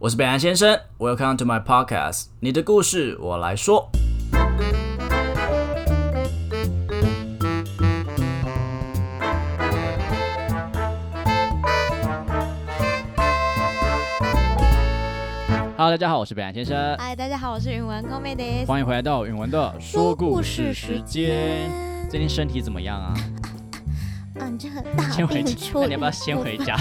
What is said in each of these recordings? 我是北岸先生，Welcome to my podcast，你的故事我来说。Hello，大家好，我是北岸先生，嗨，大家好，我是允文 c o m e d 欢迎回来到允文的说故事时间。最近身体怎么样啊？ 啊，你这个大先回病家，初 那你要不要愈先部回分 家？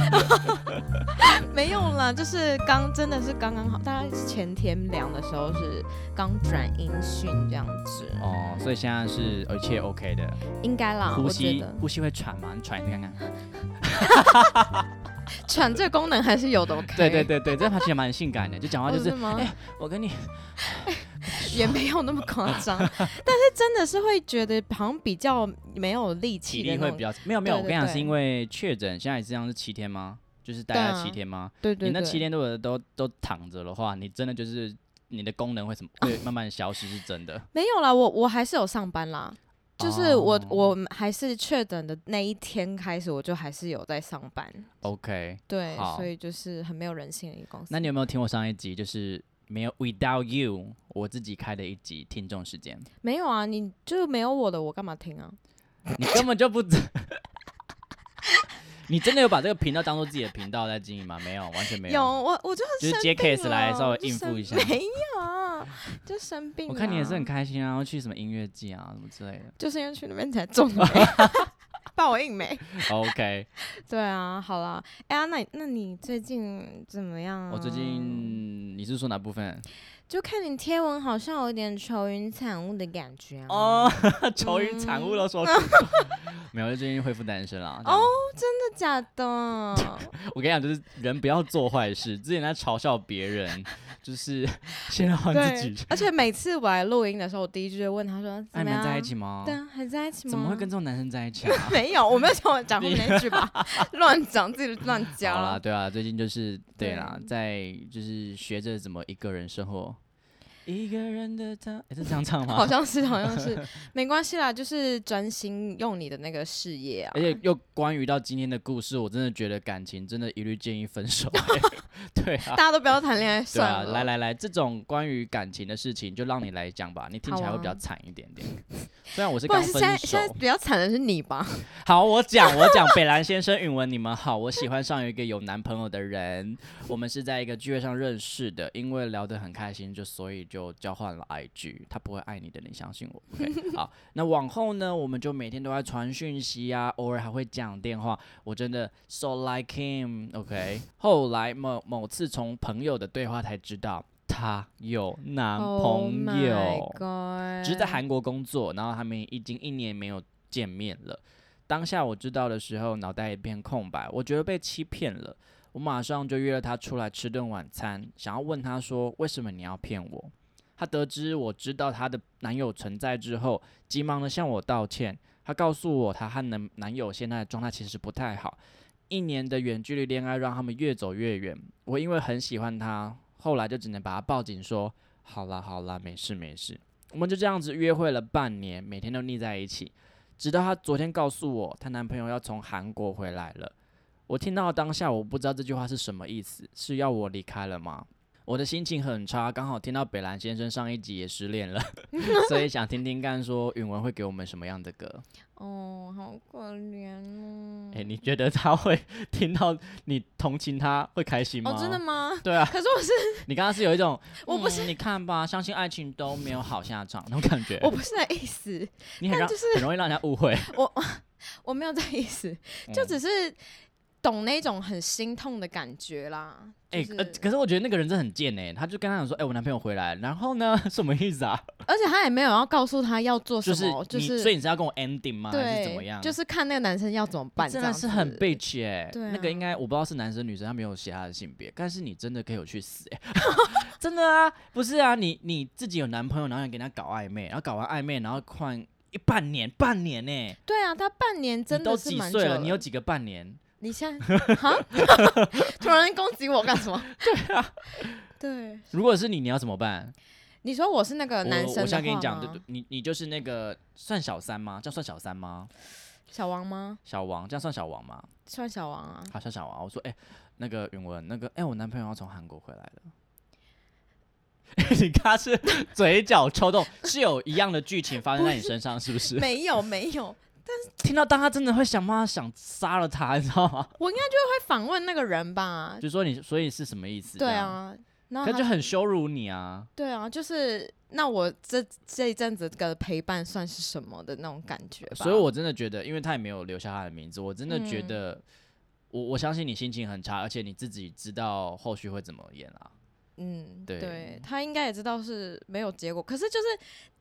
没有啦，就是刚真的是刚刚好，大概是前天量的时候是刚转阴讯这样子，哦，所以现在是一切 OK 的，应该啦，呼啊我觉吸得呼吸会喘吗？你喘一下看看。喘这个功能还是有的 OK，对对，对对，这他其实蛮性感的，就讲话哦就是真的吗哎，我跟你也没有那么夸 张，但是真的是会觉得好像比较没有力体气的力那会种比，较没有没有，哦对我跟你对讲是对因为确诊，现在这样是七天吗？就是待对在啊七天吗？对对你那七对，天如果都都躺着的话，你真的就是你的功能会什么哦会慢慢消失，是真的。没有啦，我我还是有上班啦。就是我哦，我还是确诊的那一天开始，我就还是有在上班， OK，对好，所以就是很没有人性的一个公司。那你有没有听我上一集就是没有 Without You 我自己开的一集听众时间？没有啊，你就是没有我的，我干嘛听啊？你根本就不 知。你真的有把这个频道当做自己的频道在经营吗？没有，完全没有，我我就就是生接病 case 来了稍微就应付生一下。没有啊， 就生病。我看你也是很，开心啊，要去什么音乐季啊，什么之类 的。就是因为去那边才中 的把我硬没。 OK，对啊，好啦，哎、呀，那你那你最近怎么样、啊？我最近你是说哪部分？ 就看你贴文，好像有点愁云惨雾的感觉、啊。哦，愁云惨雾都说出口 没有，就最近恢复单身啦。哦哦，真的假的？ 我跟你讲，就是人不要做坏事。之前在嘲笑别 人，就是 现在换自 对己。，而且每次我来录音的时候，我第一句就问他说：“那你怎么们样？在一起吗？对啊，还在一起吗？怎么会跟这种男生在一起啊？没有？我没有讲我讲后面那句 吧，乱讲自己乱 讲好啦，对啊，最近就是对对啦，在就是学着怎么一个人生活，一个人的他，诶是这样 唱吗？好像是，好像是， 没关系啦，就是专心用你的那个事业啊而。且又关于到今天的故事，我真的觉得感情真的一律建议分手 欸、 对啊大，家都不要谈恋爱对算啊，了，来来来，这种关于感情的事情就让你来讲吧，你听起来好啊会比较惨一点 点。虽然我是不刚好意思，现在分现在手，比较惨的是你吧？ 好，我讲我讲，北兰先生、允文，你们好，我喜欢上一个有男朋友的人，我们是在一个聚会上认识的，因为聊得很开心，就所以就交换了 IG，他不会爱你的，你相 信我。OK，好，那往后呢，我们就每天都在传讯息啊，偶尔还会讲电话，我真的 so like him。OK，后来某某次从朋友的对话才知道，她有男 Oh 朋友。 my god！只是在韩国工作，然后他们已经一年没有见面了。当下我知道的时候，脑袋一片空白，我觉得被欺骗了。我马上就约了他出来吃顿晚餐，想要问他说为什么你要骗我。他得知我知道她的男友存在之后，急忙的向我道歉。他告诉我，她和男男友现在的状态其实不太好，一年的远距离恋爱让他们越走越远。我因为很喜欢他，后来就只能把他抱紧说，好啦好啦，没事没事。我们就这样子约会了半年，每天都腻在一起，直到她昨天告诉我，她男朋友要从韩国回来了。我听到当下，我不知道这句话是什么意思，是要我离开了吗？我的心情很差，刚好听到北兰先生上一集也失恋了， 所以想听听看，说允文会给我们什么样的歌？哦，好可怜哦。诶、哎你觉得他会听到你同情他会开心吗？哦，真的？吗？对啊，可是我是你刚刚是有一种，嗯我不，是、你看吧，相信爱情都没有好下场那种感觉我不是的意思，你很让、就是很容易让人家误会。我没有这意思，就嗯只是懂那种很心痛的感觉啦。哎、就是呃，可是我觉得那个人真的很贱哎、他就跟他讲说，哎、我男朋友回来了，然后呢， 什么意思啊？而且他也没有要告诉他要做什就是么，就你是所以你是要跟我 ending 吗？还是怎么对样？，哎就是看那个男生要怎么办，真这的样是很子 bitch 哎、对那个啊应该我不知道是男生女生，他没有写他的性别，但是你真的可以有去死 哎、 真的啊，不是啊，你你自己有男朋友，然后你跟他搞暧昧，然后搞完暧昧，然后换一半年，半年呢、对啊，他半年真你的都是几蛮久岁了？的。你有几个半年？你现在哈？突然攻击我干什么？ 对啊，对，如果是你，你要怎么办？你说我是那个我男生的我现在跟你话讲，对吗对，你你就是那个算小三吗？这样算小三吗？小王吗？小王，这样算小王吗？算小王啊？ 好像小王，我说哎、欸那个允文，那个哎、欸我男朋友要从韩国回来了，你刚刚是嘴角抽动，是有一样的剧情发生在你身上，是不是？没有没有，听到当他真的会想办法想杀了他，你知道 吗？我应该就会反问那个人吧。就说你，所以是什么意思？对这样，啊，然后可他就很羞辱你啊！对啊，就是那我这这一阵子的陪伴算是什么的那种感觉吧。所以我真的觉得，因为他也没有留下他的名字，我真的觉嗯得，我我相信你心情很差，而且你自己知道后续会怎么演啊。嗯，对他应该也知道是没有结果，可是就是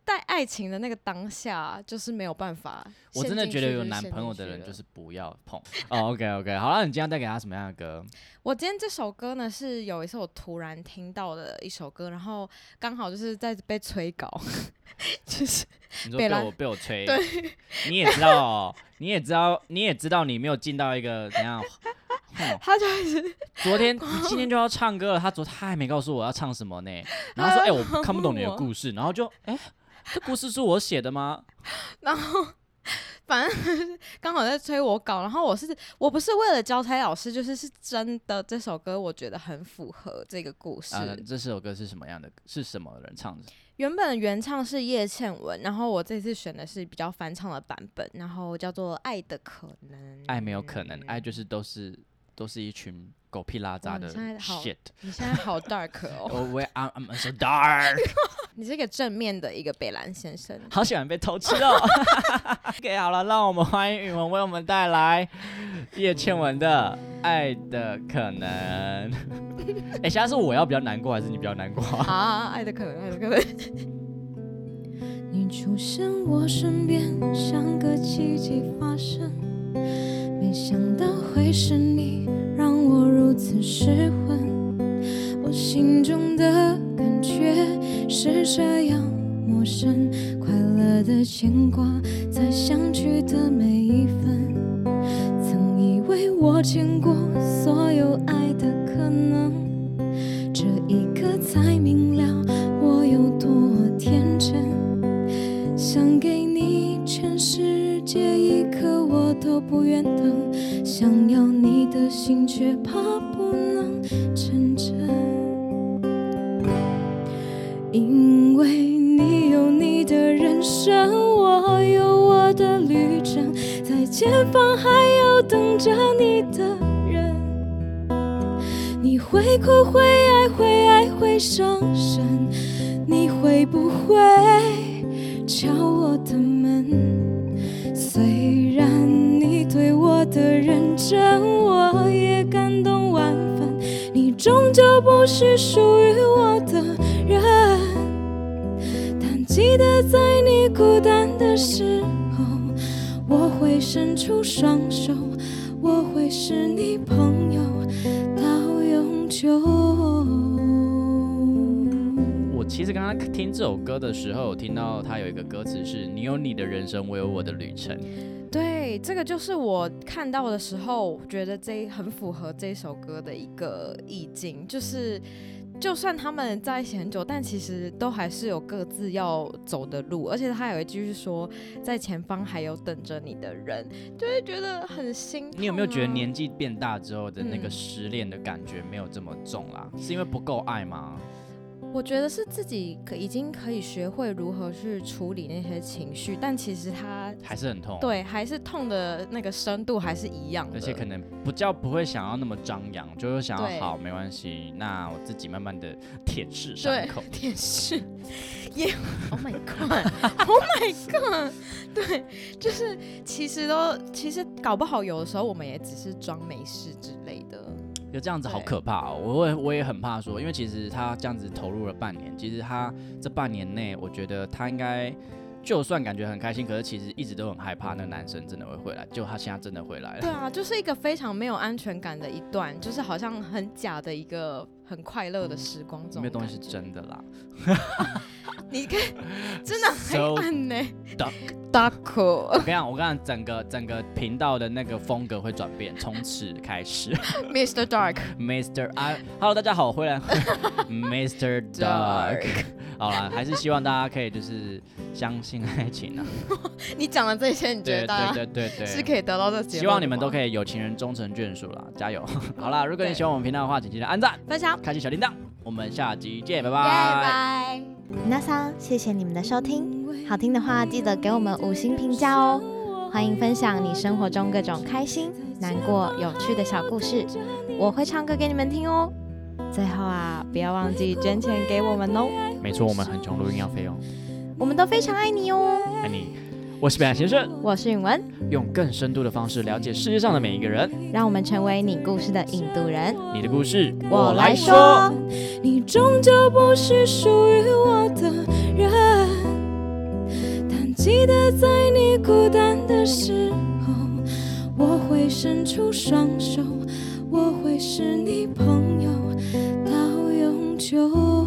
在爱情的那个当下，就是没有办法。我真的觉得有男朋友的人就是不要碰。哦，OK OK，好了，你今天要带给他什么样的歌？我今天这首歌呢，是有一次我突然听到的一首歌，然后刚好就是在被催稿， 就是你说被被拉我被我吹，你也知道哦，你也知道，你也知道你没有进到一个怎样。哼他就开始昨 天你今天就要唱歌了，他昨他还没告诉我要唱什么呢，然后他说哎、我看不懂你的故事，然后就 哎、这故事是我写的吗？然后反正就是刚好在催我稿，然后我是我不是为了交差老师，就是是真的这首歌我觉得很符合这个故事。啊，这首歌是什么样的？是什么人唱的？原本原唱是叶倩文，然后我这次选的是比较翻唱的版本，然后叫做《爱的可能》。哎爱没有可嗯能，爱就是都是都是一群狗屁拉哇渣哦你的现在好 shit。你现在好 dark 哦， 我我 I'm I'm so dark，你是一个正面的一个北兰先 生。好喜欢被偷吃哦。OK，好了，让我们欢迎宇文为我们带来叶倩文的《爱的可能》。 哎、现在是我要比较难过，还是你比较难过啊？啊，爱的可能，爱的可能。你出现我身边，像个奇迹发生。没想到会是你，让我如此失魂。我心中的感觉是这样陌生，快乐的牵挂在相聚的每一分。曾以为我见过所有爱的可能，这一刻才明了我有多天真。想给你全世界，一刻我都不愿等。想要你的心，却怕不能成真。因为你有你的人生，我有我的旅程，在前方还有等着你的人。你会哭，会爱，会爱，会伤神。你会不会？敲我的门。虽然你对我的认真，我也感动万分。你终究不是属于我的人，但记得在你孤单的时候，我会伸出双手，我会是你朋友到永久。 我其实刚刚听这首歌的时候，有听到它有一个歌词是“你有你的人生，我有我的旅 程对，这个就是我看到的时候，觉得这很符合这首歌的一个意境，就是就算他们在一起很久，但其实都还是有各自要走的路，而且他有一句是说，在前方还有等着你的人，就会觉得很心、”。啊你有没有觉得？年纪变大之后的那个嗯失恋的感觉没有这么重啦？是因为不够爱吗？我觉得是自己可已经可以学会如何去处理那些情绪，但其实他还是很痛？，对还是痛的那个深度还是一样的，而且可能不叫不会想要那么张扬，就是想对要好没关系，那我自己慢慢的舔舐伤对口。电视也，Oh my God，Oh my God，对， 就是其实都其实搞不好有的时候我们也只是装没事之类的，就这样子好对可怕哦！我会我也很怕说，因为其实他这样子投入了半年，其实他这半年内，我觉得他应该就算感觉很开心，可是其实一直都很害怕那个男生真的会回来，就他现在真的回来对了。啊，就是一个非常没有安全感的一段，就是好像很假的一个很快乐的时光，这没有种东西是感觉，真的 啦。你看真的很 So 暗呢、 dark d u 我跟你讲，我跟你讲，整个整个频道的那个风格会转变，从此开始 Mr. Dark， ，Mr. 啊，Hello，大家好，我回来 ，Mr. Dark。好啦，还是希望大家可以就是相信爱情 啊。你讲的这些，你觉对得大家对对对对，是可以得到这结论？希望你们都以可以有情人终成眷属啦，加油！好啦，如果你对喜欢我们频道的话，请记得按赞、分享。开启小铃铛，我们下集见，拜耶拜。拜！那桑，谢谢你们的收听，好听的话记得给我们五星评价哦。欢迎分享你生活中各种开心、难过、有趣的小故事，我会唱歌给你们听哦。最后啊，不要忘记捐钱给我们哦，没错，我们很穷，录音要费用。我们都非常爱你哦。爱你，我是北岸先生，我是允文，用更深度的方式了解世界上的每一个人。让我们成为你故事的引渡人。你的故事，我来说你终究不是属于我的人，但记得在你孤单的时候，我会伸出双手，我会是你朋友到永久。